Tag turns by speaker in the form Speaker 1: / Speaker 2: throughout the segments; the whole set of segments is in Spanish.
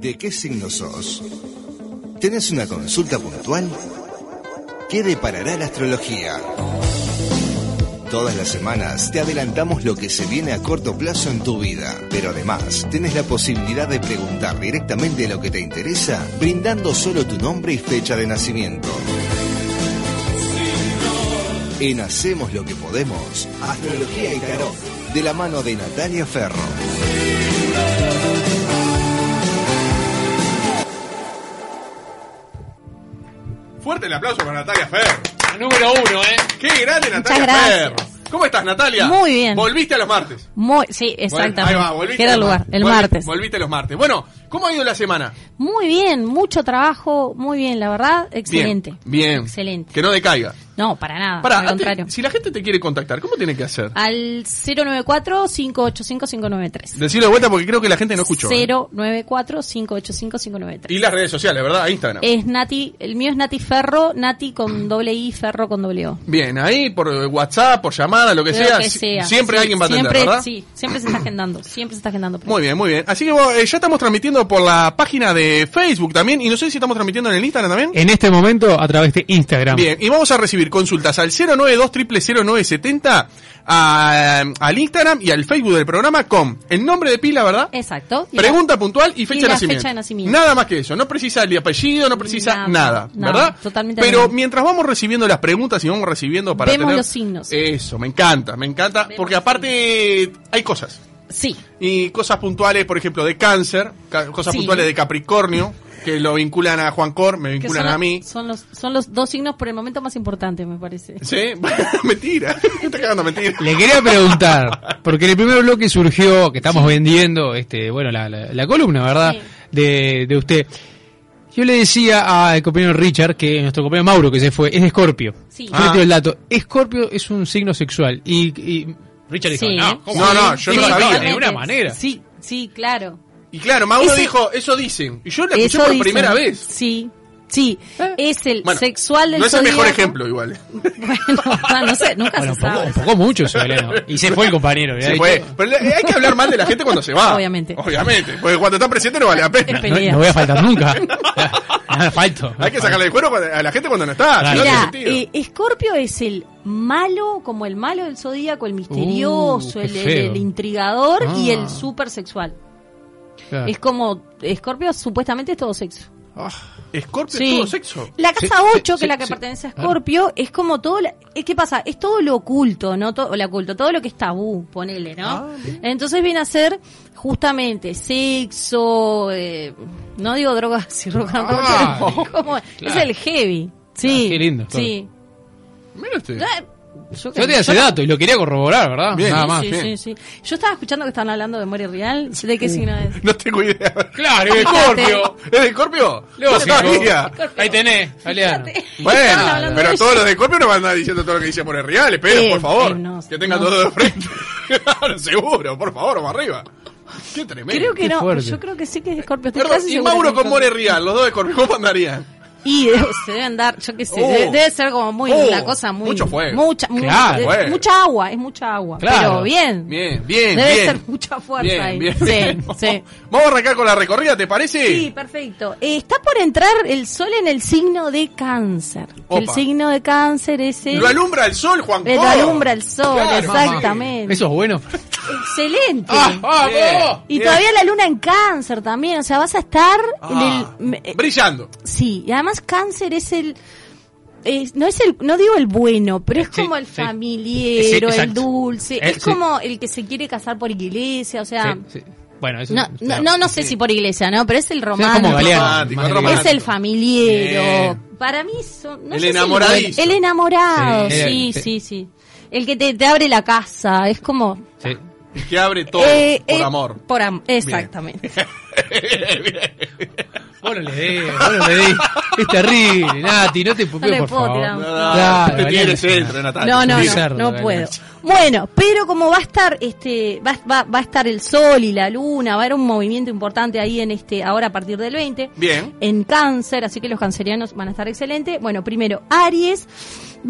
Speaker 1: ¿De qué signo sos? ¿Tenés una consulta puntual? ¿Qué deparará la astrología? Todas las semanas te adelantamos lo que se viene a corto plazo en tu vida, pero además tenés la posibilidad de preguntar directamente lo que te interesa, brindando solo tu nombre y fecha de nacimiento. En Hacemos lo que podemos, Astrología y Tarot, de la mano de Natalia Ferro.
Speaker 2: Fuerte el aplauso para Natalia Ferro.
Speaker 3: Número uno, ¿eh?
Speaker 2: ¡Qué grande Natalia
Speaker 4: gracias.
Speaker 2: Ferro! ¿Cómo estás, Natalia?
Speaker 4: Muy bien.
Speaker 2: Volviste a los martes.
Speaker 4: Muy, sí, exactamente.
Speaker 2: Bueno, ahí va, volviste
Speaker 4: Que era
Speaker 2: a
Speaker 4: el
Speaker 2: los
Speaker 4: lugar,
Speaker 2: martes.
Speaker 4: el
Speaker 2: Volvi-
Speaker 4: martes.
Speaker 2: Volviste a los martes. Bueno, ¿cómo ha ido la semana?
Speaker 4: Muy bien, mucho trabajo, muy bien, la verdad, excelente.
Speaker 2: Bien. bien.
Speaker 4: Excelente.
Speaker 2: Que no decaiga.
Speaker 4: No, para nada,
Speaker 2: Pará,
Speaker 4: al
Speaker 2: antes,
Speaker 4: contrario.
Speaker 2: si la gente te quiere contactar, ¿cómo tiene que hacer?
Speaker 4: Al 094-585-593.
Speaker 2: Decirlo de vuelta porque creo que la gente no escuchó. ¿eh?
Speaker 4: 094-585-593.
Speaker 2: Y las redes sociales, ¿verdad? Instagram.
Speaker 4: Es Nati, el mío es Nati Ferro, Nati con doble I, Ferro con doble O.
Speaker 2: Bien, ahí por eh, WhatsApp, por llamada, lo que,
Speaker 4: Creo
Speaker 2: sea,
Speaker 4: que
Speaker 2: si-
Speaker 4: sea.
Speaker 2: siempre
Speaker 4: Sí,
Speaker 2: alguien va a atender,
Speaker 4: siempre,
Speaker 2: ¿verdad?
Speaker 4: Sí, siempre se está agendando, siempre se está agendando.
Speaker 2: Muy bien, muy bien. Así que bueno, eh, ya estamos transmitiendo por la página de Facebook también y no sé si estamos transmitiendo en el Instagram también.
Speaker 3: En este momento, a través de Instagram.
Speaker 2: Bien, y vamos a recibir consultas al 092 0970 a- al Instagram y al Facebook del programa con el nombre de pila, ¿verdad?
Speaker 4: Exacto. y la-
Speaker 2: Pregunta puntual y fecha,
Speaker 4: y
Speaker 2: de
Speaker 4: la
Speaker 2: nacimiento.
Speaker 4: fecha de nacimiento.
Speaker 2: Nada más que eso. No precisa el apellido, no precisa nada,
Speaker 4: Nada, nada,
Speaker 2: ¿verdad?
Speaker 4: totalmente
Speaker 2: Pero
Speaker 4: nada.
Speaker 2: mientras vamos recibiendo las preguntas y vamos recibiendo para
Speaker 4: Vemos
Speaker 2: tener-
Speaker 4: los signos.
Speaker 2: Eso, me encanta, me encanta.
Speaker 4: Vemos
Speaker 2: porque
Speaker 4: los
Speaker 2: aparte hay cosas.
Speaker 4: Sí,
Speaker 2: Y cosas puntuales, por ejemplo, de cáncer, ca- cosas
Speaker 4: Sí.
Speaker 2: puntuales de Capricornio, que lo vinculan a Juan Cor, me
Speaker 4: que
Speaker 2: vinculan
Speaker 4: son,
Speaker 2: a mí.
Speaker 4: Son, los, son los dos signos por el momento más importantes, me parece.
Speaker 2: Sí, mentira. Me está cagando mentira.
Speaker 3: Le quería preguntar, porque en el primer bloque surgió que estamos vendiendo, este, bueno, la, la- la columna, ¿verdad?
Speaker 4: Sí.
Speaker 3: De, de usted. Yo le decía al compañero Richard que nuestro compañero Mauro, que se fue, es de Escorpio.
Speaker 4: Sí.
Speaker 3: Yo
Speaker 2: Ah.
Speaker 3: le tiro el dato. Escorpio es un signo sexual. Y, y Richard dijo,
Speaker 4: Sí.
Speaker 3: no, ¿cómo?
Speaker 2: No, no, yo no
Speaker 4: Sí,
Speaker 2: sabía.
Speaker 4: totalmente.
Speaker 3: De ninguna manera.
Speaker 4: Sí, sí, claro.
Speaker 2: Y claro, Mauro
Speaker 4: Ese-
Speaker 2: dijo, eso dicen. Y yo lo escuché
Speaker 4: Eso
Speaker 2: por
Speaker 4: dicen.
Speaker 2: primera vez. Eh.
Speaker 4: Sí, sí. Es el
Speaker 2: Bueno,
Speaker 4: sexual del
Speaker 2: No es el mejor
Speaker 4: zodíaco.
Speaker 2: ejemplo, igual.
Speaker 4: Bueno, ah, no sé, nunca
Speaker 3: Bueno,
Speaker 4: se
Speaker 3: poco,
Speaker 4: sabe.
Speaker 3: poco mucho se veleno. Y se fue el compañero. ¿verdad?
Speaker 2: Se fue. Pero le- hay que hablar mal de la gente cuando se va.
Speaker 4: Obviamente.
Speaker 2: Obviamente. Porque cuando está presente no vale la pena.
Speaker 4: Es
Speaker 3: No,
Speaker 4: pelea.
Speaker 3: no voy a faltar nunca. Nada, falto.
Speaker 2: Hay que sacarle el cuero cuando- a la gente cuando no está. si no tiene
Speaker 4: Mira,
Speaker 2: sentido.
Speaker 4: eh, Escorpio es el malo, como el malo del zodíaco, el misterioso,
Speaker 3: Uh, qué
Speaker 4: el, el-
Speaker 3: feo.
Speaker 4: el intrigador y
Speaker 3: Ah.
Speaker 4: el súper sexual.
Speaker 3: Claro.
Speaker 4: Es como, Escorpio supuestamente es todo sexo.
Speaker 2: Ah, Scorpio
Speaker 4: Sí.
Speaker 2: es todo sexo.
Speaker 4: La casa
Speaker 3: Sí,
Speaker 4: 8,
Speaker 3: sí,
Speaker 4: que
Speaker 3: sí,
Speaker 4: es la que
Speaker 3: sí.
Speaker 4: pertenece a
Speaker 3: Claro.
Speaker 4: Escorpio, es como todo. la- es ¿Qué pasa? Es todo lo oculto, ¿no? Todo lo oculto, todo lo que es tabú, ponele, ¿no?
Speaker 3: Ah,
Speaker 4: Entonces viene a ser justamente sexo, eh, no digo drogas y rock and roll,
Speaker 2: Ah,
Speaker 4: pero es como- es el heavy. Sí.
Speaker 3: Ah, qué lindo,
Speaker 4: Sí.
Speaker 2: Mira usted.
Speaker 4: Ah, Yo,
Speaker 3: Yo tenía ese
Speaker 4: yo-
Speaker 3: dato y lo quería corroborar, ¿verdad?
Speaker 2: Bien.
Speaker 3: Nada
Speaker 2: Sí,
Speaker 3: más.
Speaker 4: sí, sí, sí. Yo estaba escuchando que estaban hablando de Mori Real. ¿De
Speaker 3: Uh.
Speaker 4: qué signo es?
Speaker 2: No tengo idea.
Speaker 3: Claro, y de
Speaker 4: Fíjate.
Speaker 3: Scorpio.
Speaker 2: ¿Es de Scorpio? No
Speaker 3: Lógico.
Speaker 2: sabía.
Speaker 3: Ahí tenés, Galeano.
Speaker 4: Estaban
Speaker 2: Bueno,
Speaker 4: hablando
Speaker 2: pero
Speaker 4: de
Speaker 2: todos los de Scorpio no van a andar diciendo todo lo que dice por el real, espero,
Speaker 4: Eh,
Speaker 2: por favor.
Speaker 4: eh, no,
Speaker 2: que tengan
Speaker 4: no.
Speaker 2: todo de frente. Claro, Seguro, por favor, vamos arriba. Qué tremendo.
Speaker 4: Creo que
Speaker 3: Qué
Speaker 4: no.
Speaker 3: fuerte.
Speaker 4: Yo creo que sí que es Escorpio. Estoy
Speaker 2: Perdón,
Speaker 4: casi
Speaker 2: y
Speaker 4: segura que
Speaker 2: Mauro
Speaker 4: es
Speaker 2: con
Speaker 4: Escorpio.
Speaker 2: More Real, los dos de Scorpio, ¿cómo andarían?
Speaker 4: Y debe- se deben dar, yo qué sé,
Speaker 2: Oh.
Speaker 4: debe, debe ser como muy,
Speaker 2: Oh,
Speaker 4: una cosa muy.
Speaker 2: mucho fuego.
Speaker 4: Mucha, mu-
Speaker 3: Claro,
Speaker 4: de-
Speaker 2: fuego.
Speaker 4: mucha agua, es mucha agua.
Speaker 3: Claro.
Speaker 4: Pero bien.
Speaker 2: Bien, bien,
Speaker 4: debe
Speaker 2: bien.
Speaker 4: ser mucha fuerza
Speaker 2: Bien,
Speaker 4: ahí.
Speaker 2: bien,
Speaker 4: Sí,
Speaker 2: bien.
Speaker 4: sí.
Speaker 2: Vamos a arrancar con la recorrida, ¿te parece?
Speaker 4: Sí, perfecto. Eh, está por entrar el sol en el signo de cáncer.
Speaker 2: Opa.
Speaker 4: El signo de cáncer es el.
Speaker 2: Lo alumbra el sol, Juan
Speaker 4: el- lo
Speaker 2: Cor.
Speaker 4: alumbra el sol,
Speaker 2: Claro,
Speaker 4: exactamente.
Speaker 3: Eso es bueno.
Speaker 4: Excelente.
Speaker 3: ¡Ah,
Speaker 2: oh, Bien.
Speaker 4: y todavía la luna en cáncer también, o sea, vas a estar
Speaker 2: Ah,
Speaker 4: en el,
Speaker 2: brillando.
Speaker 4: Sí, y además cáncer es el es- no es el no digo el bueno, pero es
Speaker 3: Eh, Sí,
Speaker 4: como el
Speaker 3: sí. Sí,
Speaker 4: familiero, el
Speaker 3: exacto.
Speaker 4: dulce,
Speaker 3: Eh,
Speaker 4: es
Speaker 3: sí.
Speaker 4: como el que se quiere casar por iglesia, o sea,
Speaker 3: Sí, sí. Bueno, eso
Speaker 4: no, no no no sé si por iglesia, no, pero es el
Speaker 3: es como
Speaker 4: romántico.
Speaker 3: Galeano.
Speaker 2: Romántico,
Speaker 3: más
Speaker 2: romántico.
Speaker 4: es el familiero.
Speaker 2: Bien.
Speaker 4: Para mí son, no
Speaker 2: El
Speaker 4: sé si lo-
Speaker 2: enamoradizo.
Speaker 4: el enamorado,
Speaker 3: Sí,
Speaker 4: sí,
Speaker 3: sí.
Speaker 4: sí, sí. El que te, te abre la casa, es como
Speaker 3: Sí.
Speaker 2: Y que abre todo
Speaker 4: eh,
Speaker 2: por
Speaker 4: eh,
Speaker 2: amor.
Speaker 4: Por am- exactamente.
Speaker 3: Bueno, le dé, bueno, le dé. Es terrible, Nati, no te pupees,
Speaker 4: No le
Speaker 3: por
Speaker 4: puedo
Speaker 3: favor.
Speaker 4: tirar.
Speaker 2: Ah, te tiene
Speaker 3: Galeano.
Speaker 2: centro, Natalia.
Speaker 4: No, no,
Speaker 3: un
Speaker 4: no,
Speaker 3: cerdo,
Speaker 4: no
Speaker 3: Daniel.
Speaker 4: puedo. Bueno, pero como va a estar este va, va, va a estar el sol y la luna, va a haber un movimiento importante ahí en este ahora a partir del 20
Speaker 2: Bien.
Speaker 4: en Cáncer, así que los cancerianos van a estar excelente. Bueno, primero Aries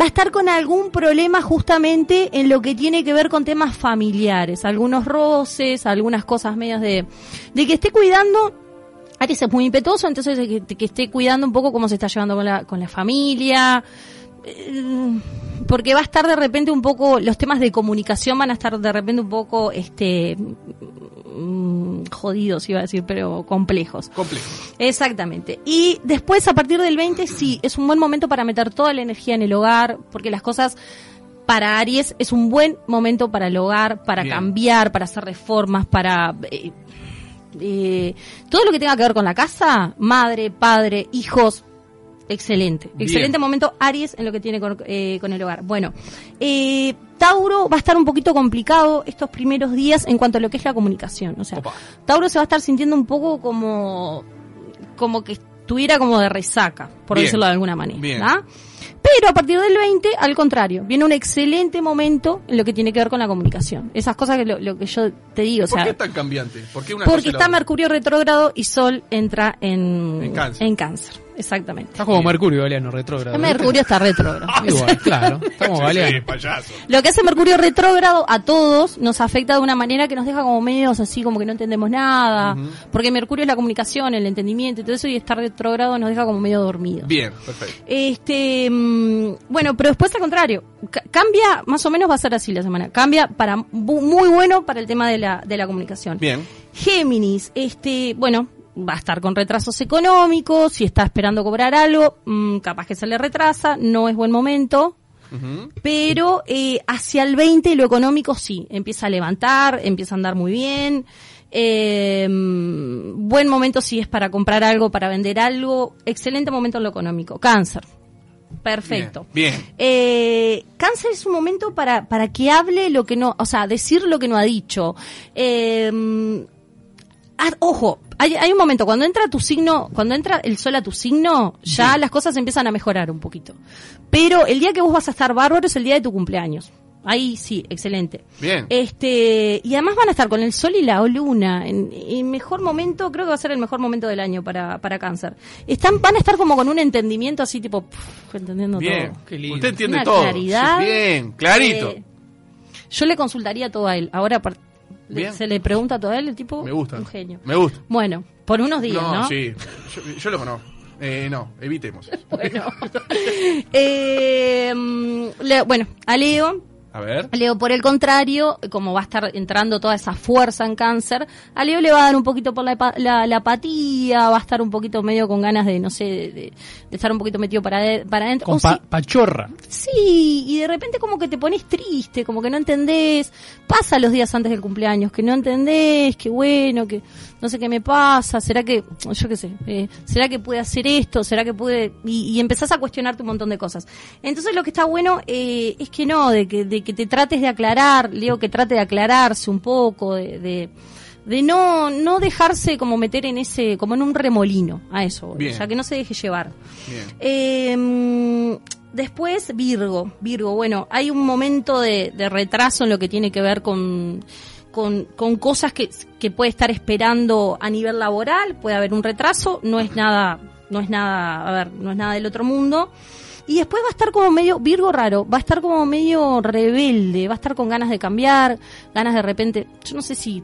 Speaker 4: va a estar con algún problema justamente en lo que tiene que ver con temas familiares, algunos roces, algunas cosas medias de de que esté cuidando Aries es muy impetuoso, entonces que, que esté cuidando un poco cómo se está llevando con la, con la familia. Eh, Porque va a estar de repente un poco, los temas de comunicación van a estar de repente un poco, este, mm, jodidos iba a decir, pero complejos.
Speaker 2: Complejo.
Speaker 4: Exactamente. Y después, a partir del 20, sí, es un buen momento para meter toda la energía en el hogar, porque las cosas para Aries es un buen momento para el hogar, para
Speaker 2: Bien.
Speaker 4: cambiar, para hacer reformas, para... eh, eh, todo lo que tenga que ver con la casa, madre, padre, hijos, excelente.
Speaker 2: Bien.
Speaker 4: Excelente momento Aries en lo que tiene con, eh, con el hogar. Bueno, eh, Tauro va a estar un poquito complicado estos primeros días en cuanto a lo que es la comunicación. O sea,
Speaker 2: Opa.
Speaker 4: Tauro se va a estar sintiendo un poco como, como que estuviera como de resaca, por
Speaker 2: Bien.
Speaker 4: decirlo de alguna manera.
Speaker 2: Bien.
Speaker 4: ¿da? Pero a partir del 20, al contrario, viene un excelente momento en lo que tiene que ver con la comunicación. Esas cosas que lo, lo que yo te digo, o
Speaker 2: ¿Por
Speaker 4: sea,
Speaker 2: qué es tan cambiante? ¿Por qué una cosa
Speaker 4: porque
Speaker 2: y la
Speaker 4: está
Speaker 2: otra?
Speaker 4: Mercurio retrógrado y Sol entra en,
Speaker 2: En cáncer.
Speaker 4: cáncer, Exactamente.
Speaker 3: Está como Mercurio, Galeano, retrógrado.
Speaker 4: Mercurio está retrógrado.
Speaker 3: Igual, claro. Estamos
Speaker 2: Sí,
Speaker 3: Galeano.
Speaker 2: payaso.
Speaker 4: Lo que hace Mercurio retrógrado a todos nos afecta de una manera que nos deja como medios así, como que no entendemos nada. Porque Mercurio es la comunicación, el entendimiento y todo eso, y estar retrógrado nos deja como medio dormidos.
Speaker 2: Bien, perfecto.
Speaker 4: Este, mm, bueno, pero después al contrario, ca- cambia, más o menos va a ser así la semana, cambia para bu- muy bueno para el tema de la, de la comunicación.
Speaker 2: Bien.
Speaker 4: Géminis, este, bueno, va a estar con retrasos económicos, si está esperando cobrar algo, mm, capaz que se le retrasa, no es buen momento.
Speaker 2: Ujú.
Speaker 4: Pero eh, hacia el 20 lo económico sí, empieza a levantar, empieza a andar muy bien. eh, buen momento si es para comprar algo, para vender algo. Excelente momento en lo económico. Cáncer. Perfecto.
Speaker 2: Bien, bien.
Speaker 4: Eh, cáncer es un momento para, para que hable lo que no, o sea, decir lo que no ha dicho. Eh, Ah, ojo, hay, hay un momento, cuando entra tu signo, cuando entra el sol a tu signo, ya las cosas empiezan a mejorar un poquito. Pero el día que vos vas a estar bárbaro es el día de tu cumpleaños. Ahí sí, excelente.
Speaker 2: Bien.
Speaker 4: Este, y además van a estar con el sol y la luna. En, en mejor momento, creo que va a ser el mejor momento del año para, para cáncer. Están, van a estar como con un entendimiento así, tipo, puf, entendiendo
Speaker 2: Bien,
Speaker 4: todo.
Speaker 3: Qué lindo.
Speaker 2: usted entiende
Speaker 4: Una
Speaker 2: todo.
Speaker 4: claridad.
Speaker 2: Bien, clarito.
Speaker 4: Eh, yo le consultaría todo a él. Ahora par- le-
Speaker 2: Bien.
Speaker 4: se le pregunta todo a él, el tipo,
Speaker 2: Me gusta.
Speaker 4: un genio.
Speaker 2: Me gusta.
Speaker 4: Bueno, por unos días, ¿no?
Speaker 2: sí. Yo, yo lo conozco. Eh, no, evitemos.
Speaker 4: Bueno. Eh, mm, Leo- bueno, a Leo.
Speaker 2: A ver.
Speaker 4: Leo, por el contrario, como va a estar entrando toda esa fuerza en cáncer, a Leo le va a dar un poquito por la, epa- la- la apatía, va a estar un poquito medio con ganas de, no sé, de, de- de estar un poquito metido para, de- para adentro.
Speaker 3: Con
Speaker 4: O
Speaker 3: pa- pachorra.
Speaker 4: sí, sí, y de repente como que te pones triste, como que no entendés, pasa los días antes del cumpleaños, que no entendés, que bueno, que no sé qué me pasa, será que, yo qué sé, eh, será que pude hacer esto, será que pude, y, y empezás a cuestionarte un montón de cosas. Entonces lo que está bueno eh, es que no, de que, de que te trates de aclarar, Leo que trate de aclararse un poco, de... de de no no dejarse como meter en ese como en un remolino a eso voy.
Speaker 2: Bien.
Speaker 4: o sea que no se deje llevar
Speaker 2: Bien.
Speaker 4: eh, después, Virgo. Virgo, bueno, hay un momento de, de retraso en lo que tiene que ver con, con, con cosas que, que puede estar esperando a nivel laboral, puede haber un retraso, no es nada, no es nada, a ver, no es nada del otro mundo. Y después va a estar como medio, Virgo raro, va a estar como medio rebelde, va a estar con ganas de cambiar, ganas de repente, yo no sé si,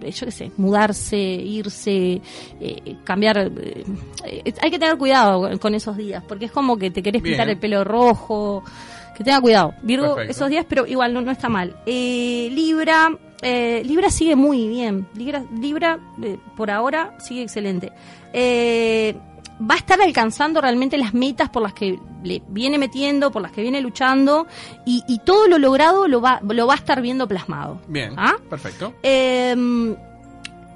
Speaker 4: eh, yo qué sé, mudarse, irse, eh, cambiar. eh, eh, hay que tener cuidado con- con esos días, porque es como que te querés
Speaker 2: Bien.
Speaker 4: pintar el pelo rojo, que tenga cuidado. Virgo,
Speaker 2: Perfecto.
Speaker 4: esos días, pero igual no, no está mal. Eh, Libra, eh, Libra sigue muy bien. Libra, Libra eh, por ahora sigue excelente. Eh, va a estar alcanzando realmente las metas por las que le viene metiendo, por las que viene luchando, y, y todo lo logrado lo va, lo va a estar viendo plasmado.
Speaker 2: Bien.
Speaker 4: ¿Ah?
Speaker 2: Perfecto.
Speaker 4: Eh,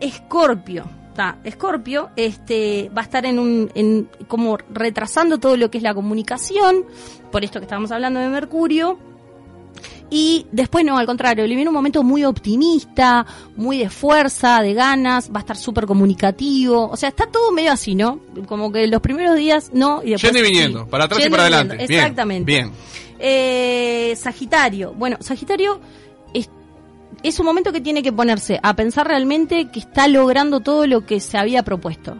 Speaker 4: Escorpio. Está, Escorpio este, va a estar en un, en, como retrasando todo lo que es la comunicación, por esto que estábamos hablando de Mercurio. Y después no, al contrario, le viene un momento muy optimista, muy de fuerza, de ganas, va a estar súper comunicativo. O sea, está todo medio así, ¿no? Como que los primeros días no. Y después
Speaker 2: Yendo y
Speaker 4: pues, sí.
Speaker 2: viniendo, para atrás y
Speaker 4: Yendo
Speaker 2: para adelante.
Speaker 4: viniendo,
Speaker 2: Bien,
Speaker 4: Exactamente.
Speaker 2: Bien.
Speaker 4: Eh, Sagitario. Bueno, Sagitario es, es un momento que tiene que ponerse a pensar realmente que está logrando todo lo que se había propuesto.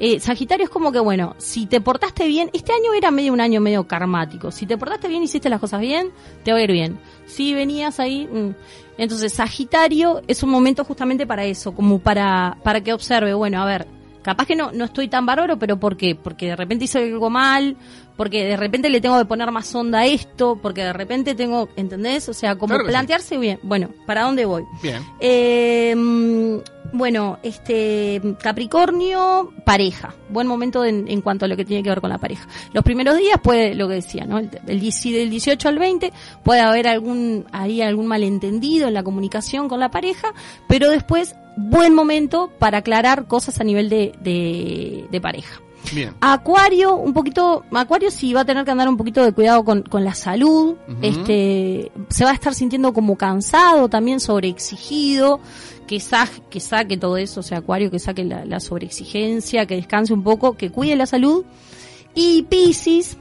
Speaker 4: Eh, Sagitario es como que, bueno, si te portaste bien, este año era medio un año medio karmático. Si te portaste bien, hiciste las cosas bien, te va a ir bien. Si venías ahí, mm. entonces Sagitario es un momento justamente para eso, como para, para que observe, bueno, a ver, Capaz que no, no estoy tan bárbaro, pero ¿por qué? Porque de repente hice algo mal, porque de repente le tengo que poner más onda a esto, porque de repente tengo, ¿entendés? O sea, como
Speaker 2: Claro que sí.
Speaker 4: plantearse bien, bueno, ¿para dónde voy?
Speaker 2: Bien.
Speaker 4: Eh, mm, bueno, este Capricornio, pareja. Buen momento en, en cuanto a lo que tiene que ver con la pareja. Los primeros días puede, lo que decía, ¿no? El, el 10 del 18 al 20 puede haber algún, ahí algún malentendido en la comunicación con la pareja, pero después, buen momento para aclarar cosas a nivel de, de- de pareja.
Speaker 2: Bien.
Speaker 4: Acuario, un poquito, Acuario sí va a tener que andar un poquito de cuidado con, con la salud,
Speaker 2: Ujú.
Speaker 4: este, se va a estar sintiendo como cansado, también sobreexigido, que, sa que saque todo eso, o sea, Acuario que saque la, la sobreexigencia, que descanse un poco, que cuide la salud. Y Piscis,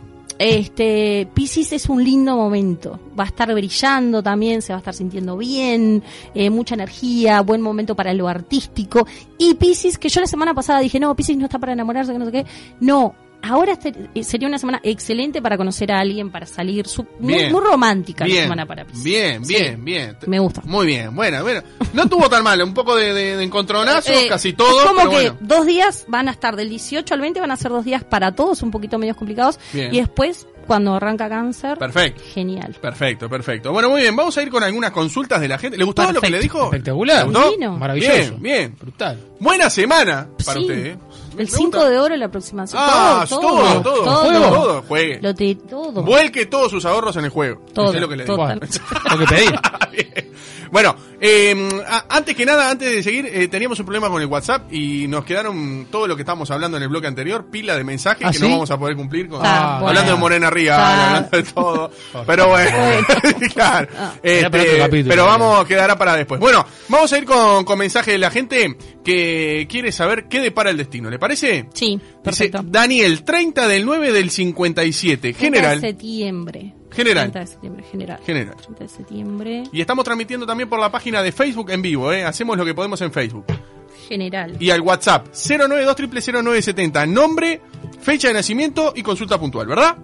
Speaker 4: este, Piscis es un lindo momento, va a estar brillando también, se va a estar sintiendo bien, eh, mucha energía, buen momento para lo artístico. Y Piscis, que yo la semana pasada dije, no, Piscis no está para enamorarse, que no sé qué, no. Ahora este- eh, sería una semana excelente para conocer a alguien, para salir. su- muy,
Speaker 2: Bien.
Speaker 4: muy romántica la
Speaker 2: Bien,
Speaker 4: semana para Piscis.
Speaker 2: bien,
Speaker 4: Sí,
Speaker 2: bien, bien.
Speaker 4: me gusta.
Speaker 2: Muy bien, bueno, bueno. No tuvo tan mal, un poco de, de, de encontronazos,
Speaker 4: Eh,
Speaker 2: casi todo.
Speaker 4: Es como
Speaker 2: pero
Speaker 4: que
Speaker 2: bueno.
Speaker 4: dos días van a estar del 18 al 20, van a ser dos días para todos un poquito medios complicados.
Speaker 2: Bien.
Speaker 4: Y después, cuando arranca cáncer,
Speaker 2: Perfecto.
Speaker 4: genial.
Speaker 2: Perfecto, perfecto. Bueno, muy bien, vamos a ir con algunas consultas de la gente. ¿Le gustó lo que
Speaker 4: Perfecto.
Speaker 2: le dijo?
Speaker 3: Espectacular.
Speaker 2: ¿Le gustó?
Speaker 4: Divino.
Speaker 3: Maravilloso.
Speaker 2: Bien, bien.
Speaker 3: Brutal.
Speaker 2: Buena semana para
Speaker 4: Sí.
Speaker 2: usted. ¿eh? Me
Speaker 4: El 5
Speaker 2: gusta.
Speaker 4: de oro la aproximación.
Speaker 2: Ah,
Speaker 4: todo,
Speaker 2: todo, todo,
Speaker 3: Juego.
Speaker 2: todo, juegue.
Speaker 4: Lo te- todo.
Speaker 2: Vuelque todos sus ahorros en el juego.
Speaker 4: Todo,
Speaker 2: Eso es lo que le digo.
Speaker 4: total.
Speaker 3: Bueno, lo que pedí.
Speaker 2: Bien. Bueno, eh, a- antes que nada, antes de seguir, eh, teníamos un problema con el WhatsApp y nos quedaron todo lo que estábamos hablando en el bloque anterior, pila de mensajes
Speaker 3: ¿Ah,
Speaker 2: que
Speaker 3: sí?
Speaker 2: no vamos a poder cumplir con.
Speaker 4: Ah,
Speaker 2: hablando de
Speaker 4: bueno.
Speaker 2: Morena Ría,
Speaker 4: Ah.
Speaker 2: hablando de todo. pero bueno, claro. Este,
Speaker 3: para otro capítulo.
Speaker 2: pero vamos, quedará para después. Bueno, vamos a ir con, con mensajes de la gente que quiere saber qué depara el destino, ¿le parece?
Speaker 4: Sí,
Speaker 2: Dice
Speaker 4: perfecto.
Speaker 2: Daniel, 30 del 9 del 57,
Speaker 4: 30 de
Speaker 2: general.
Speaker 4: septiembre.
Speaker 2: General.
Speaker 4: 30 de septiembre, general.
Speaker 2: General.
Speaker 4: 30 de septiembre,
Speaker 2: Y estamos transmitiendo también por la página de Facebook en vivo, ¿eh? Hacemos lo que podemos en Facebook.
Speaker 4: general.
Speaker 2: Y al WhatsApp, 092000970. Nombre, fecha de nacimiento y consulta puntual, ¿verdad?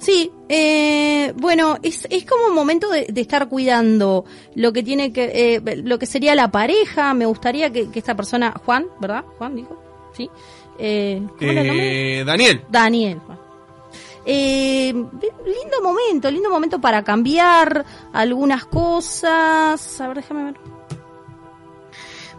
Speaker 4: Sí, eh, bueno, es, es como un momento de, de estar cuidando lo que tiene que, eh, lo que sería la pareja. Me gustaría que, que esta persona, Juan, ¿verdad? Juan dijo, sí. Eh, ¿cómo era el nombre?
Speaker 2: Eh, Daniel.
Speaker 4: Daniel. Eh, lindo momento, lindo momento para cambiar algunas cosas. A ver, déjame ver.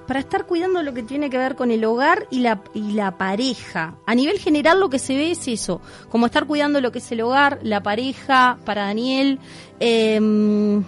Speaker 4: Para estar cuidando lo que tiene que ver con el hogar y la, y la pareja. A nivel general lo que se ve es eso, como estar cuidando lo que es el hogar, la pareja, para Daniel. eh,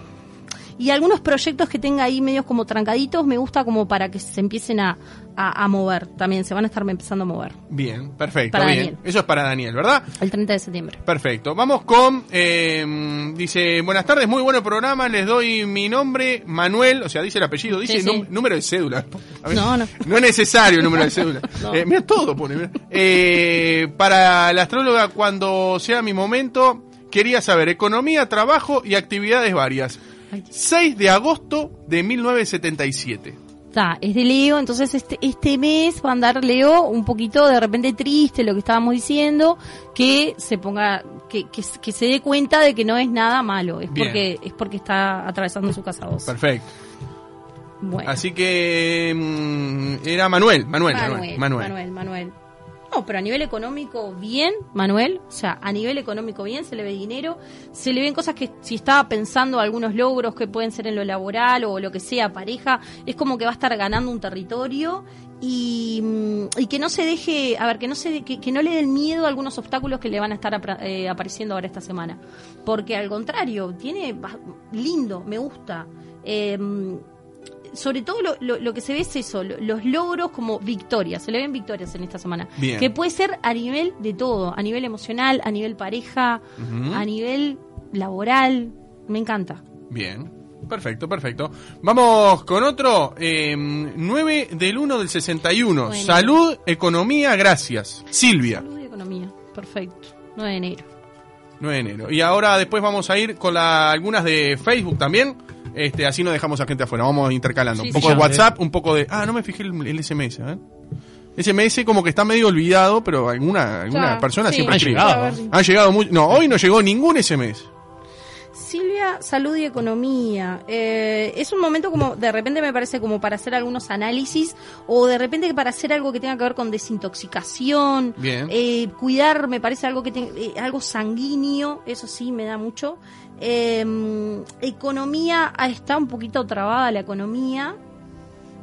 Speaker 4: y algunos proyectos que tenga ahí medios como trancaditos, me gusta como para que se empiecen a, a- a mover también, se van a estar empezando a mover.
Speaker 2: Bien, perfecto,
Speaker 4: Para
Speaker 2: bien.
Speaker 4: Daniel.
Speaker 2: Eso es para Daniel, ¿verdad?
Speaker 4: El 30 de septiembre.
Speaker 2: Perfecto. Vamos con. eh, dice, buenas tardes, muy bueno programa. Les doy mi nombre, Manuel. O sea, dice el apellido, dice
Speaker 4: Sí, sí.
Speaker 2: num- número de cédula. A ver,
Speaker 4: No, no.
Speaker 2: No es necesario el número de cédula. Eh, mira, todo pone. mira. Eh, para la astróloga, cuando sea mi momento, quería saber economía, trabajo y actividades varias.
Speaker 4: Ay,
Speaker 2: 6 de agosto de 1977.
Speaker 4: Está, es de Leo, entonces este, este mes va a andar Leo un poquito de repente triste, lo que estábamos diciendo, que se ponga, que, que, que se dé cuenta de que no es nada malo, es
Speaker 2: Bien.
Speaker 4: porque es porque está atravesando su casa 2.
Speaker 2: Perfecto.
Speaker 4: Bueno.
Speaker 2: Así que. mm, era Manuel, Manuel, Manuel.
Speaker 4: Manuel, Manuel, Manuel. No, pero a nivel económico, bien, Manuel. O sea, a nivel económico, bien, se le ve dinero. Se le ven cosas que, si estaba pensando algunos logros que pueden ser en lo laboral o lo que sea, pareja, es como que va a estar ganando un territorio y, mm, y que no se deje, a ver, que no, se, de- que, que no le den miedo a algunos obstáculos que le van a estar apra- eh, apareciendo ahora esta semana. Porque al contrario, tiene ba- lindo, me gusta. Eh, sobre todo lo, lo- lo que se ve es eso, lo- los logros como victorias, se le ven victorias en esta semana,
Speaker 2: Bien.
Speaker 4: que puede ser a nivel de todo, a nivel emocional, a nivel pareja,
Speaker 2: Ujú.
Speaker 4: a nivel laboral, me encanta.
Speaker 2: Bien. Perfecto, perfecto. Vamos con otro. eh, 9 del 1 del 61.
Speaker 4: Bueno.
Speaker 2: Salud, economía, gracias. Silvia,
Speaker 4: Salud y economía, perfecto, 9 de enero.
Speaker 2: 9 de enero. Y ahora después vamos a ir con la- algunas de Facebook también. Este, así no dejamos a gente afuera. Vamos intercalando.
Speaker 4: Sí,
Speaker 2: un
Speaker 4: sí.
Speaker 2: poco de
Speaker 3: Ya,
Speaker 2: WhatsApp, un poco de... Ah, no me fijé el, el SMS. ¿eh? SMS como que está medio olvidado, pero alguna, alguna
Speaker 4: Ya,
Speaker 2: persona
Speaker 4: sí.
Speaker 2: siempre
Speaker 3: Han
Speaker 2: escribe.
Speaker 3: llegado.
Speaker 2: Han llegado muy- No, hoy no llegó ningún SMS.
Speaker 4: Silvia Historia, salud y economía. Eh, es un momento como, de repente me parece como para hacer algunos análisis o de repente para hacer algo que tenga que ver con desintoxicación.
Speaker 2: Bien.
Speaker 4: Eh, cuidar, me parece algo que te- eh, algo sanguíneo, eso sí, me da mucho. Eh, economía, ah, está un poquito trabada la economía.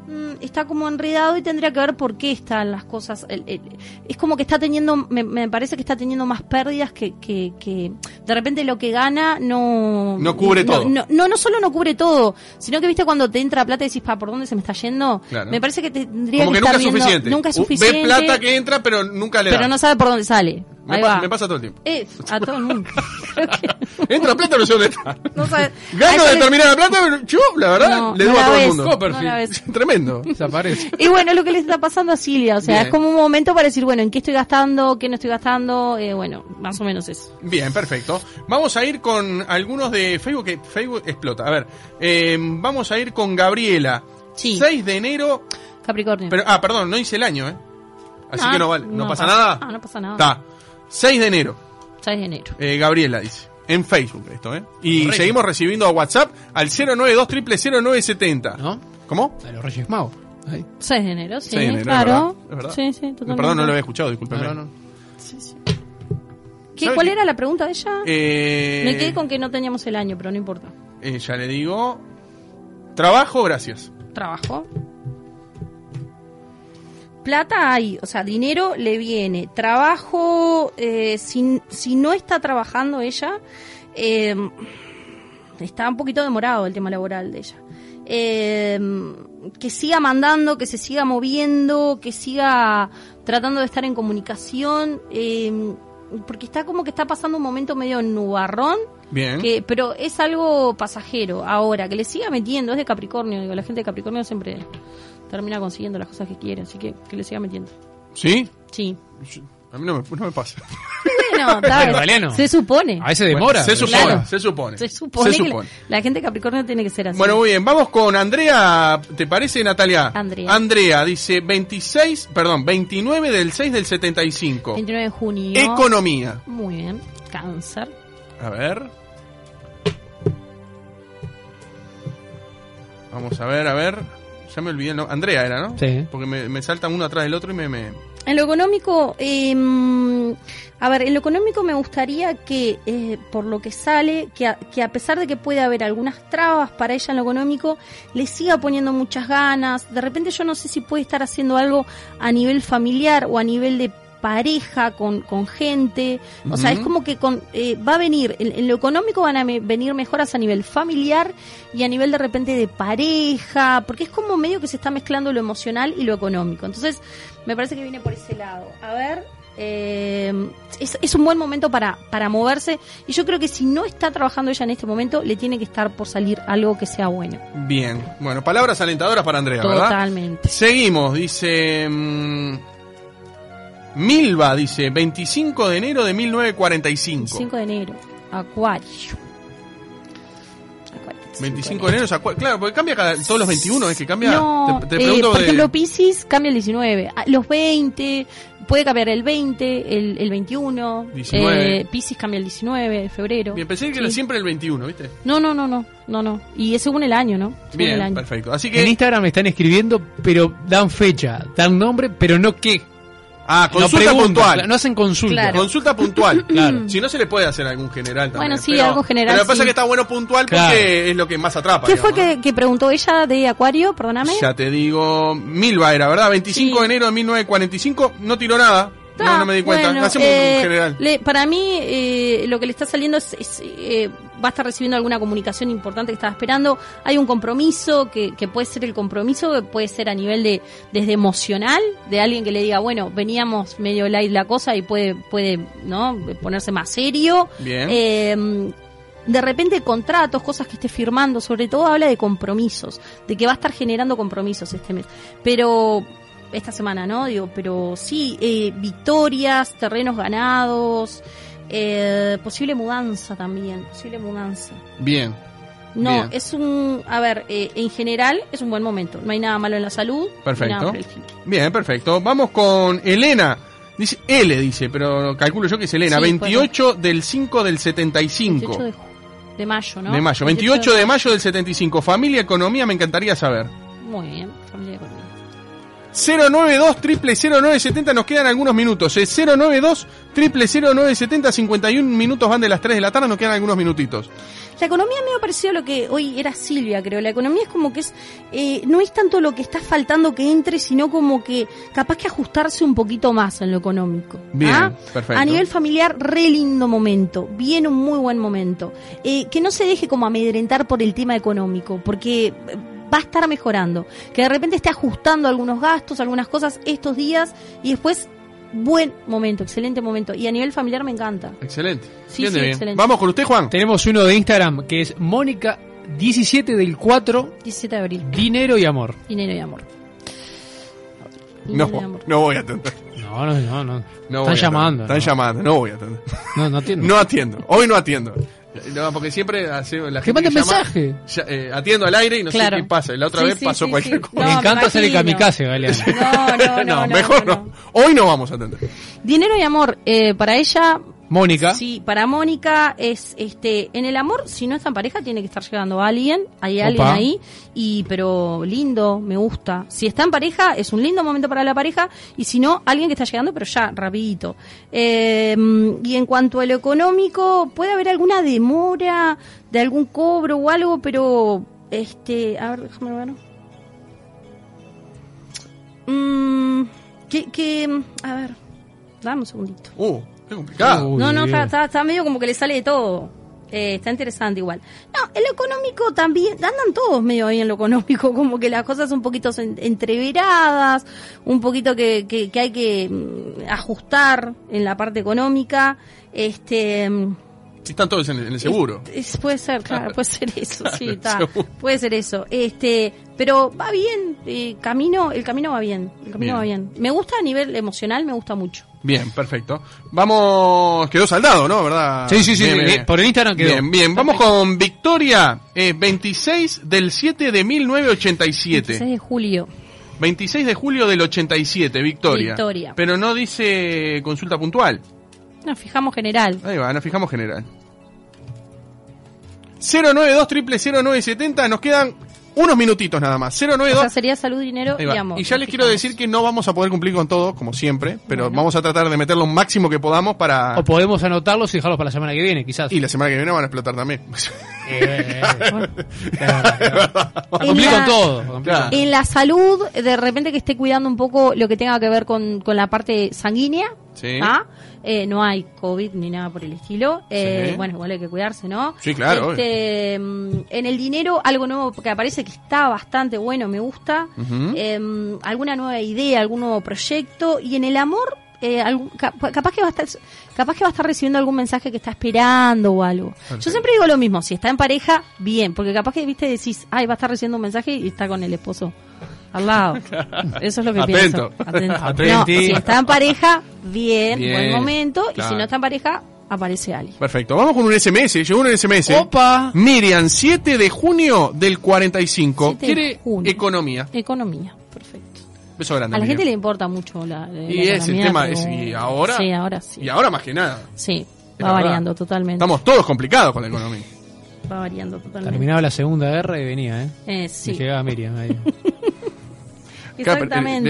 Speaker 4: Mm, está como enredado y tendría que ver por qué están las cosas. el- el- es como que está teniendo, me, me parece que está teniendo más pérdidas que, que, que de repente lo que gana no...
Speaker 2: No cubre todo.
Speaker 4: No, no, no solo no cubre todo, sino que viste cuando te entra plata y decís, pa, ¿por dónde se me está yendo?
Speaker 2: Claro.
Speaker 4: Me parece que tendría
Speaker 2: Como que nunca
Speaker 4: estar
Speaker 2: es
Speaker 4: viendo-
Speaker 2: suficiente.
Speaker 4: Nunca es
Speaker 2: U-
Speaker 4: suficiente.
Speaker 2: Ve plata que entra, pero nunca le
Speaker 4: Pero
Speaker 2: da.
Speaker 4: no sabe por dónde sale.
Speaker 2: me,
Speaker 4: Ahí
Speaker 2: pa-
Speaker 4: va.
Speaker 2: me pasa todo el tiempo.
Speaker 4: Eh, a todo el mundo. Creo que-
Speaker 2: Entra plata, pero yo le da.
Speaker 4: no sabe.
Speaker 2: Gano
Speaker 4: Ayer-
Speaker 2: de terminar la plata, pero yo, la verdad,
Speaker 4: No,
Speaker 2: le
Speaker 4: no
Speaker 2: doy a
Speaker 4: la
Speaker 2: todo el
Speaker 4: ves,
Speaker 2: mundo.
Speaker 4: no la ves.
Speaker 2: Tremendo.
Speaker 3: Desaparece.
Speaker 4: Y bueno, es lo que le está pasando a Silvia. O sea,
Speaker 2: Bien.
Speaker 4: es como un momento para decir, bueno, ¿en qué estoy gastando? ¿Qué no estoy gastando? Eh, bueno, más o menos eso.
Speaker 2: Bien, perfecto. Vamos a ir con algunos de Facebook, que Facebook explota. A ver, eh, vamos a ir con Gabriela.
Speaker 4: Sí.
Speaker 2: 6 de enero.
Speaker 4: Capricornio.
Speaker 2: Pero, ah, perdón, no hice el año, ¿eh? Así
Speaker 4: No,
Speaker 2: que no vale. ¿No,
Speaker 4: Ah, no
Speaker 2: pasa,
Speaker 4: pasa-
Speaker 2: nada?
Speaker 4: ah, no pasa nada.
Speaker 2: Está. 6 de enero.
Speaker 4: 6 de enero.
Speaker 2: Eh, Gabriela dice. En Facebook esto, ¿eh? Y seguimos recibiendo a WhatsApp al 092 0970.
Speaker 3: ¿No?
Speaker 2: ¿Cómo?
Speaker 3: A los Reyes Magos. Ahí.
Speaker 4: 6 de enero, sí,
Speaker 2: 6 de enero, es
Speaker 4: claro.
Speaker 2: verdad, es verdad.
Speaker 4: Sí, sí, totalmente.
Speaker 2: Perdón, no lo había escuchado, discúlpeme.
Speaker 3: No, no, no.
Speaker 4: ¿Qué,
Speaker 2: ¿Sabe
Speaker 4: ¿Cuál
Speaker 2: qué?
Speaker 4: era la pregunta de ella?
Speaker 2: Eh,
Speaker 4: Me quedé con que no teníamos el año, pero no importa.
Speaker 2: eh, ya le digo. Trabajo, gracias.
Speaker 4: Trabajo. Plata hay, o sea, dinero le viene. Trabajo, eh, si, si no está trabajando ella, eh, está un poquito demorado el tema laboral de ella. Eh, que siga mandando, que se siga moviendo, que siga tratando de estar en comunicación, eh, porque está como que está pasando un momento medio nubarrón.
Speaker 2: Bien.
Speaker 4: Que, pero es algo pasajero. Ahora, que le siga metiendo, es de Capricornio. Digo, la gente de Capricornio siempre termina consiguiendo las cosas que quiere, así que que le siga metiendo.
Speaker 2: ¿Sí?
Speaker 4: Sí.
Speaker 2: Yo- A mí no me, no me pasa.
Speaker 4: Bueno, tal vez.
Speaker 3: en realidad no.
Speaker 4: Se supone.
Speaker 3: A veces demora.
Speaker 2: se
Speaker 3: pero
Speaker 2: supone,
Speaker 4: claro.
Speaker 2: se supone.
Speaker 4: Se supone.
Speaker 2: Se
Speaker 4: que
Speaker 2: supone.
Speaker 4: la, la gente de Capricornio tiene que ser así.
Speaker 2: Bueno, muy bien, vamos con Andrea, ¿te parece Natalia?
Speaker 4: Andrea.
Speaker 2: Andrea dice 26, perdón, 29 del 6 del 75.
Speaker 4: 29 de junio.
Speaker 2: Economía.
Speaker 4: Muy bien. Cáncer.
Speaker 2: A ver. Vamos a ver, a ver. Ya me olvidé el nombre. Andrea era, ¿no?
Speaker 3: Sí.
Speaker 2: Porque me, me saltan uno atrás del otro y me... me-
Speaker 4: En lo económico, eh, a ver, en lo económico me gustaría que, eh, por lo que sale, que a, que a pesar de que puede haber algunas trabas para ella en lo económico, le siga poniendo muchas ganas. De repente yo no sé si puede estar haciendo algo a nivel familiar o a nivel de pareja, con, con gente. O sea, es
Speaker 2: Ujú.
Speaker 4: como que con, eh, va a venir, en, en lo económico van a me- venir mejoras a nivel familiar y a nivel de repente de pareja, porque es como medio que se está mezclando lo emocional y lo económico. Entonces, me parece que viene por ese lado. A ver, eh, es, es un buen momento para, para moverse y yo creo que si no está trabajando ella en este momento, le tiene que estar por salir algo que sea bueno.
Speaker 2: Bien. Bueno, palabras alentadoras para Andrea, ¿verdad?
Speaker 4: Totalmente.
Speaker 2: Seguimos, dice... mm, Milva dice 25 de enero de 1945.
Speaker 4: 5 de enero, Acuario. Acuario,
Speaker 2: 25 de enero, o sea, cu- claro, porque cambia cada, todos los 21, es que cambia.
Speaker 4: No,
Speaker 2: te, te
Speaker 4: eh,
Speaker 2: pregunto
Speaker 4: por
Speaker 2: de-
Speaker 4: ejemplo, Pisces cambia el 19, Ah, los 20, puede cambiar el 20, el, el 21,
Speaker 2: 19.
Speaker 4: eh, Pisces cambia el 19 de febrero.
Speaker 2: Bien, pensé que
Speaker 4: Sí.
Speaker 2: era siempre el 21, ¿viste?
Speaker 4: No, no, no, no, no, no. Y es según el año, ¿no? Según el
Speaker 2: Bien,
Speaker 4: año.
Speaker 2: perfecto. Así
Speaker 3: En
Speaker 2: que.
Speaker 3: Instagram me están escribiendo, pero dan fecha, dan nombre, pero no qué.
Speaker 2: Ah,
Speaker 3: No
Speaker 2: consulta
Speaker 3: preguntan,
Speaker 2: puntual.
Speaker 3: No hacen consulta.
Speaker 4: Claro.
Speaker 2: Consulta puntual.
Speaker 3: Claro.
Speaker 2: Si no, se le puede hacer algún general también.
Speaker 4: Bueno, sí,
Speaker 2: pero-
Speaker 4: algo general,
Speaker 2: Pero lo que pasa
Speaker 4: sí.
Speaker 2: es que está bueno puntual porque
Speaker 3: Claro.
Speaker 2: es lo que más atrapa.
Speaker 4: ¿Qué
Speaker 2: digamos,
Speaker 4: fue que, que preguntó ella de Acuario? Perdóname.
Speaker 2: ¿no? Ya te digo, Milva era, ¿verdad? 25
Speaker 4: Sí.
Speaker 2: de enero de 1945, no tiró nada.
Speaker 4: Ah,
Speaker 2: No, no me di cuenta.
Speaker 4: bueno,
Speaker 2: Hacemos
Speaker 4: eh,
Speaker 2: un general.
Speaker 4: le- para mí, eh, lo que le está saliendo es. es, eh, va a estar recibiendo alguna comunicación importante que estaba esperando. Hay un compromiso que, que puede ser el compromiso, que puede ser a nivel de. desde emocional, de alguien que le diga, bueno, veníamos medio light la cosa y puede, puede ¿no? ponerse más serio.
Speaker 2: Bien.
Speaker 4: Eh, de repente contratos, cosas que esté firmando, sobre todo habla de compromisos, de que va a estar generando compromisos este mes. Pero esta semana, ¿no? Digo, pero sí, eh, victorias, terrenos ganados, eh, posible mudanza también, posible mudanza.
Speaker 2: Bien.
Speaker 4: No,
Speaker 2: Bien.
Speaker 4: es un, a ver, eh, en general es un buen momento, no hay nada malo en la salud. ni
Speaker 2: Perfecto.
Speaker 4: nada por el estilo.
Speaker 2: Bien, perfecto. Vamos con Elena. Dice L, dice, pero calculo yo que es Elena.
Speaker 4: Sí,
Speaker 2: 28 del 5 del 75.
Speaker 4: 18 de ju- de mayo, ¿no?
Speaker 2: De mayo, 28 de mayo del 75. Familia, economía, me encantaría saber.
Speaker 4: Muy bien, familia de economía.
Speaker 2: 092 0970 nos quedan algunos minutos. eh. Es 092 0970 51 minutos van de las 3 de la tarde, nos quedan algunos minutitos.
Speaker 4: La economía me ha parecido lo que hoy era Silvia, creo. La economía es como que es, eh, no es tanto lo que está faltando que entre, sino como que capaz que ajustarse un poquito más en lo económico.
Speaker 2: Bien,
Speaker 4: ¿ah?
Speaker 2: perfecto.
Speaker 4: A nivel familiar, re lindo momento, bien un muy buen momento. Eh, que no se deje como amedrentar por el tema económico, porque eh, va a estar mejorando. Que de repente esté ajustando algunos gastos, algunas cosas estos días y después... Buen momento, excelente momento. Y a nivel familiar me encanta.
Speaker 2: Excelente.
Speaker 4: Sí,
Speaker 2: Bien,
Speaker 4: sí,
Speaker 2: bien.
Speaker 4: excelente.
Speaker 2: Vamos con usted, Juan.
Speaker 3: Tenemos uno de Instagram que es Mónica 17 del 4,
Speaker 4: 17 de abril.
Speaker 3: dinero y amor.
Speaker 4: Dinero y amor. Dinero y
Speaker 2: No,
Speaker 4: amor.
Speaker 2: no voy a atender.
Speaker 3: No, no, no,
Speaker 2: No
Speaker 3: no.
Speaker 2: voy a
Speaker 3: están
Speaker 2: atender.
Speaker 3: llamando.
Speaker 2: Están
Speaker 3: ¿no?
Speaker 2: llamando, no voy a atender.
Speaker 3: No, no atiendo.
Speaker 2: No atiendo, hoy no atiendo. No, porque siempre hace, la gente
Speaker 3: manden
Speaker 2: que llama,
Speaker 3: mensaje.
Speaker 2: ya, eh, atiendo al aire y no
Speaker 4: Claro.
Speaker 2: sé qué pasa. Y La otra
Speaker 4: Sí,
Speaker 2: vez
Speaker 4: sí,
Speaker 2: pasó
Speaker 4: sí,
Speaker 2: cualquier
Speaker 4: sí.
Speaker 2: cosa.
Speaker 3: Le
Speaker 4: No,
Speaker 3: encanta
Speaker 4: me
Speaker 3: hacer el
Speaker 4: imagino.
Speaker 3: kamikaze, Galeano.
Speaker 4: No, no, no, no,
Speaker 2: mejor no,
Speaker 4: no, no.
Speaker 2: Hoy no vamos a atender.
Speaker 4: Dinero y amor, eh, para ella,
Speaker 3: Mónica.
Speaker 4: sí, para Mónica es, este, en el amor, si no está en pareja, tiene que estar llegando a alguien, hay alguien
Speaker 3: Opa.
Speaker 4: ahí, y, pero lindo, me gusta. Si está en pareja, es un lindo momento para la pareja, y si no, alguien que está llegando, pero ya, rapidito. Eh, y en cuanto a lo económico, puede haber alguna demora de algún cobro o algo, pero, este, a ver, déjame ver. Mm, que, que, a ver, dame un segundito.
Speaker 2: Uh, qué complicado.
Speaker 3: Uh.
Speaker 4: No, no,
Speaker 3: Uy,
Speaker 4: está,
Speaker 3: Dios.
Speaker 4: está, está medio como que le sale de todo. Eh, está interesante igual. No, en lo económico también, andan todos medio ahí en lo económico, como que las cosas un poquito en- entreveradas, un poquito que, que, que hay que mm, ajustar en la parte económica. Este, mm,
Speaker 2: Están todos en el, en el seguro.
Speaker 4: es- es- puede ser, claro, puede ser eso, sí, está.
Speaker 2: seguro.
Speaker 4: Puede ser eso. Este, pero va bien, eh, camino, el camino va bien, el camino
Speaker 2: Bien.
Speaker 4: va bien. Me gusta a nivel emocional, me gusta mucho.
Speaker 2: Bien, perfecto. Vamos, quedó saldado, ¿no? ¿Verdad?
Speaker 3: Sí, sí, sí,
Speaker 2: Bien, bien,
Speaker 3: eh,
Speaker 2: bien.
Speaker 3: por el Instagram quedó.
Speaker 2: Bien, bien. Vamos con Victoria, eh, 26 del 7 de 1987.
Speaker 4: 6 de julio.
Speaker 2: 26 de julio del 87, Victoria.
Speaker 4: Victoria.
Speaker 2: Pero no dice consulta puntual.
Speaker 4: Nos fijamos general.
Speaker 2: Ahí va, nos fijamos general. 092 0970, nos quedan unos minutitos nada más. 092
Speaker 4: O sea, sería salud, dinero
Speaker 2: Ahí va.
Speaker 4: y amor.
Speaker 2: Y ya les quiero decir que no vamos a poder cumplir con todo, como siempre, pero vamos a tratar de meter lo máximo que podamos para...
Speaker 3: O podemos anotarlos y dejarlos para la semana que viene, quizás.
Speaker 2: Y la semana que viene van a explotar también.
Speaker 3: Eh, cumplí
Speaker 4: En la-
Speaker 3: con todo. cumplí
Speaker 2: Claro.
Speaker 3: con-
Speaker 4: En la salud, de repente que esté cuidando un poco lo que tenga que ver con, con la parte sanguínea.
Speaker 2: Sí.
Speaker 4: ¿ah? Eh, no hay COVID ni nada por el estilo. Eh,
Speaker 2: Sí.
Speaker 4: Bueno, igual hay que cuidarse, ¿no?
Speaker 2: Sí, claro,
Speaker 4: Este, mm, en el dinero, algo nuevo que aparece que está bastante bueno, me gusta.
Speaker 2: Ujú.
Speaker 4: Em, alguna nueva idea, algún nuevo proyecto. Y en el amor, eh, algún- ca- capaz, que va a estar, capaz que va a estar recibiendo algún mensaje que está esperando o algo. Yo siempre digo lo mismo, si está en pareja, bien, porque capaz que, viste, decís, ay, va a estar recibiendo un mensaje y está con el esposo. Al lado. Eso es lo que
Speaker 2: Atento.
Speaker 4: pienso. Atento.
Speaker 3: Atenti.
Speaker 4: Ah, No, si está en pareja, bien,
Speaker 2: Bien,
Speaker 4: buen momento. Y
Speaker 2: claro.
Speaker 4: si no está en pareja, aparece alguien.
Speaker 2: Perfecto, vamos con un SMS, llegó un SMS.
Speaker 3: Opa.
Speaker 2: Miriam, 7 de junio del 45.
Speaker 4: 7 de
Speaker 2: Quiere
Speaker 4: junio.
Speaker 2: economía.
Speaker 4: Economía, perfecto.
Speaker 2: Beso grande.
Speaker 4: A la
Speaker 2: Miriam.
Speaker 4: gente le importa mucho la, la
Speaker 2: Y es el
Speaker 4: economía,
Speaker 2: tema,
Speaker 4: pero-
Speaker 2: es- y ahora...
Speaker 4: Sí, ahora sí.
Speaker 2: Y ahora más que nada. Es
Speaker 4: Sí,
Speaker 2: la
Speaker 4: va
Speaker 2: verdad.
Speaker 4: variando totalmente.
Speaker 2: Estamos todos complicados con la economía.
Speaker 4: Va variando totalmente.
Speaker 3: Terminaba la segunda guerra y venía, ¿eh?
Speaker 4: Eh,
Speaker 3: Y
Speaker 4: sí,
Speaker 3: llegaba Miriam ahí.
Speaker 2: Acá,
Speaker 4: exactamente.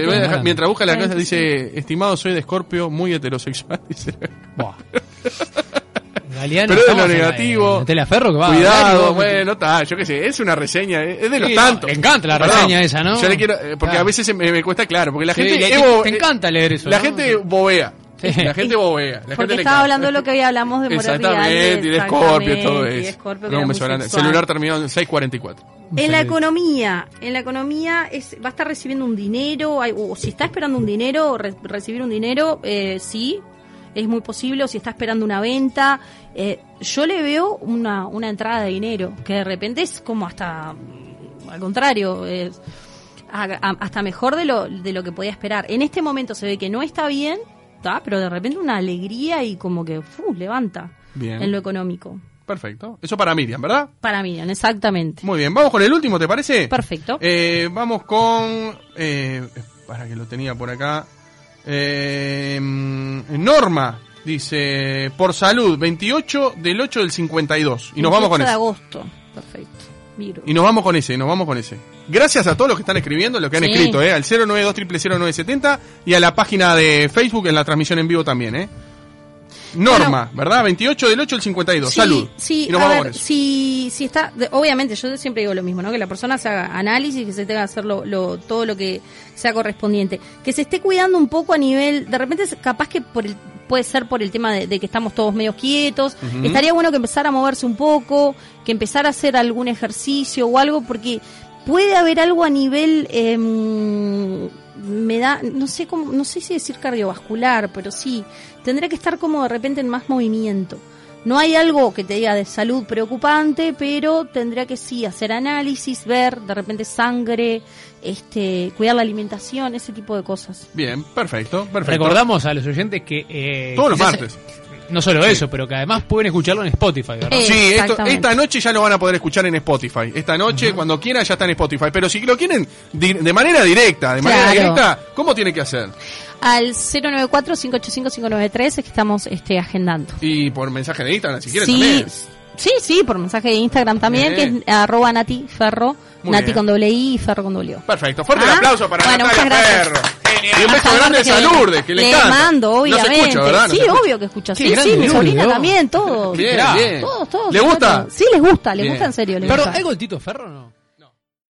Speaker 2: eh, le voy a dejar-
Speaker 3: Grande.
Speaker 2: mientras busca la cosa,
Speaker 4: 45.
Speaker 2: dice: Estimado, soy de Escorpio, muy heterosexual. Dice.
Speaker 3: Buah.
Speaker 2: Pero es
Speaker 3: Galeano,
Speaker 2: de lo
Speaker 3: estamos en la-
Speaker 2: negativo.
Speaker 3: en Te la ferro que va.
Speaker 2: Cuidado,
Speaker 3: Galeano,
Speaker 2: bueno, está, yo qué sé, es una reseña, eh, es de los
Speaker 3: Sí, no,
Speaker 2: tantos.
Speaker 3: me encanta la reseña esa, ¿no?
Speaker 2: Yo le quiero, eh, porque
Speaker 3: Claro.
Speaker 2: a veces se me, me cuesta, claro, porque la
Speaker 3: Sí,
Speaker 2: gente.
Speaker 3: le-
Speaker 2: es
Speaker 3: te-
Speaker 2: bo-
Speaker 3: te encanta leer eso,
Speaker 2: La
Speaker 3: ¿no?
Speaker 2: gente bobea.
Speaker 3: Sí.
Speaker 2: La gente bobea. La gente
Speaker 4: Porque
Speaker 2: le
Speaker 4: estaba
Speaker 2: encanta.
Speaker 4: hablando de lo que hoy hablamos de Morel
Speaker 2: Exactamente, y de Scorpio, todo eso.
Speaker 4: Scorpio,
Speaker 2: No, me sobran- Celular terminado en 644.
Speaker 4: En la
Speaker 3: Excelente.
Speaker 4: economía, en la economía es, va a estar recibiendo un dinero, hay- o si está esperando un dinero, re- recibir un dinero, eh, sí, es muy posible, o si está esperando una venta, eh, yo le veo una, una entrada de dinero, que de repente es como hasta, mm, al contrario, es a- a- hasta mejor de lo, de lo que podía esperar. En este momento se ve que no está bien, ¿tá? pero de repente una alegría y como que fu, levanta
Speaker 2: Bien.
Speaker 4: en lo económico.
Speaker 2: Perfecto. Eso para Miriam, ¿verdad?
Speaker 4: Para mí, exactamente.
Speaker 2: Muy bien, vamos con el último, ¿te parece?
Speaker 4: Perfecto.
Speaker 2: Eh, vamos con. eh, para que lo tenía por acá. Eh, Norma, Dice, por salud, 28 del 8 del 52. Y nos vamos con
Speaker 4: de
Speaker 2: ese.
Speaker 4: agosto. Perfecto. Miro.
Speaker 2: Y nos vamos con ese, y nos vamos con ese. Gracias a todos los que están escribiendo, los que han
Speaker 4: Sí.
Speaker 2: escrito, ¿eh? Al 092000970 y a la página de Facebook en la transmisión en vivo también, ¿eh? Norma, ¿verdad? 28 del 8 del 52.
Speaker 4: Sí,
Speaker 2: Salud.
Speaker 4: Sí,
Speaker 2: y nos
Speaker 4: a
Speaker 2: vamos
Speaker 4: ver,
Speaker 2: con eso.
Speaker 4: si, si está, de- obviamente yo siempre digo lo mismo, ¿no? Que la persona se haga análisis, que se tenga que hacer lo, lo- todo lo que sea correspondiente, que se esté cuidando un poco a nivel, de repente es capaz que por el- puede ser por el tema de, de que estamos todos medio quietos, estaría bueno que empezara a moverse un poco, que empezara a hacer algún ejercicio o algo, porque puede haber algo a nivel em, me da no sé cómo no sé si decir cardiovascular pero sí tendría que estar como de repente en más movimiento no hay algo que te diga de salud preocupante pero tendría que sí hacer análisis ver de repente sangre este cuidar la alimentación ese tipo de cosas
Speaker 2: Bien, perfecto, perfecto.
Speaker 3: Recordamos a los oyentes que. eh,
Speaker 2: Todos los
Speaker 3: quizás-
Speaker 2: martes.
Speaker 3: No solo eso, pero que además pueden escucharlo en Spotify, ¿verdad?
Speaker 4: Eh,
Speaker 2: Sí, esto-
Speaker 4: Exactamente.
Speaker 2: esta noche ya lo van a poder escuchar en Spotify. Esta noche, cuando quieran, ya está en Spotify. Pero si lo quieren di- de manera directa, de manera
Speaker 4: Claro.
Speaker 2: directa, ¿cómo tiene que hacer?
Speaker 4: al 094 585 593 es que estamos este agendando
Speaker 2: Y por mensaje de Instagram, si quieren
Speaker 4: sí,
Speaker 2: también.
Speaker 4: sí, sí, por mensaje de Instagram también,
Speaker 2: Bien.
Speaker 4: que es arroba Nati Ferro,
Speaker 2: Muy
Speaker 4: Nati
Speaker 2: bien.
Speaker 4: con doble I y Ferro con doble O.
Speaker 2: Perfecto, fuerte el
Speaker 4: Ah,
Speaker 2: aplauso para
Speaker 4: bueno,
Speaker 2: Natalia
Speaker 4: muchas gracias.
Speaker 2: Ferro. Y un beso
Speaker 4: Hasta
Speaker 2: grande
Speaker 4: martes
Speaker 2: a
Speaker 4: viene.
Speaker 2: Lourdes, que le, encanta.
Speaker 4: mando, obviamente.
Speaker 2: No se escucha, ¿verdad? No
Speaker 4: sí,
Speaker 2: se escucha.
Speaker 4: obvio que escucha.
Speaker 3: Qué
Speaker 4: Sí, sí,
Speaker 3: grande,
Speaker 4: mi
Speaker 3: Lourdes,
Speaker 4: sobrina
Speaker 3: ¿no?
Speaker 4: también, todos.
Speaker 2: Bien,
Speaker 3: Mirá.
Speaker 2: bien.
Speaker 4: Todos, todos.
Speaker 2: ¿Le
Speaker 4: todos.
Speaker 2: gusta?
Speaker 4: Sí, les gusta, les
Speaker 2: Bien.
Speaker 4: gusta en serio. Les
Speaker 3: Perdón,
Speaker 4: gusta.
Speaker 3: ¿algo el Tito Ferro no?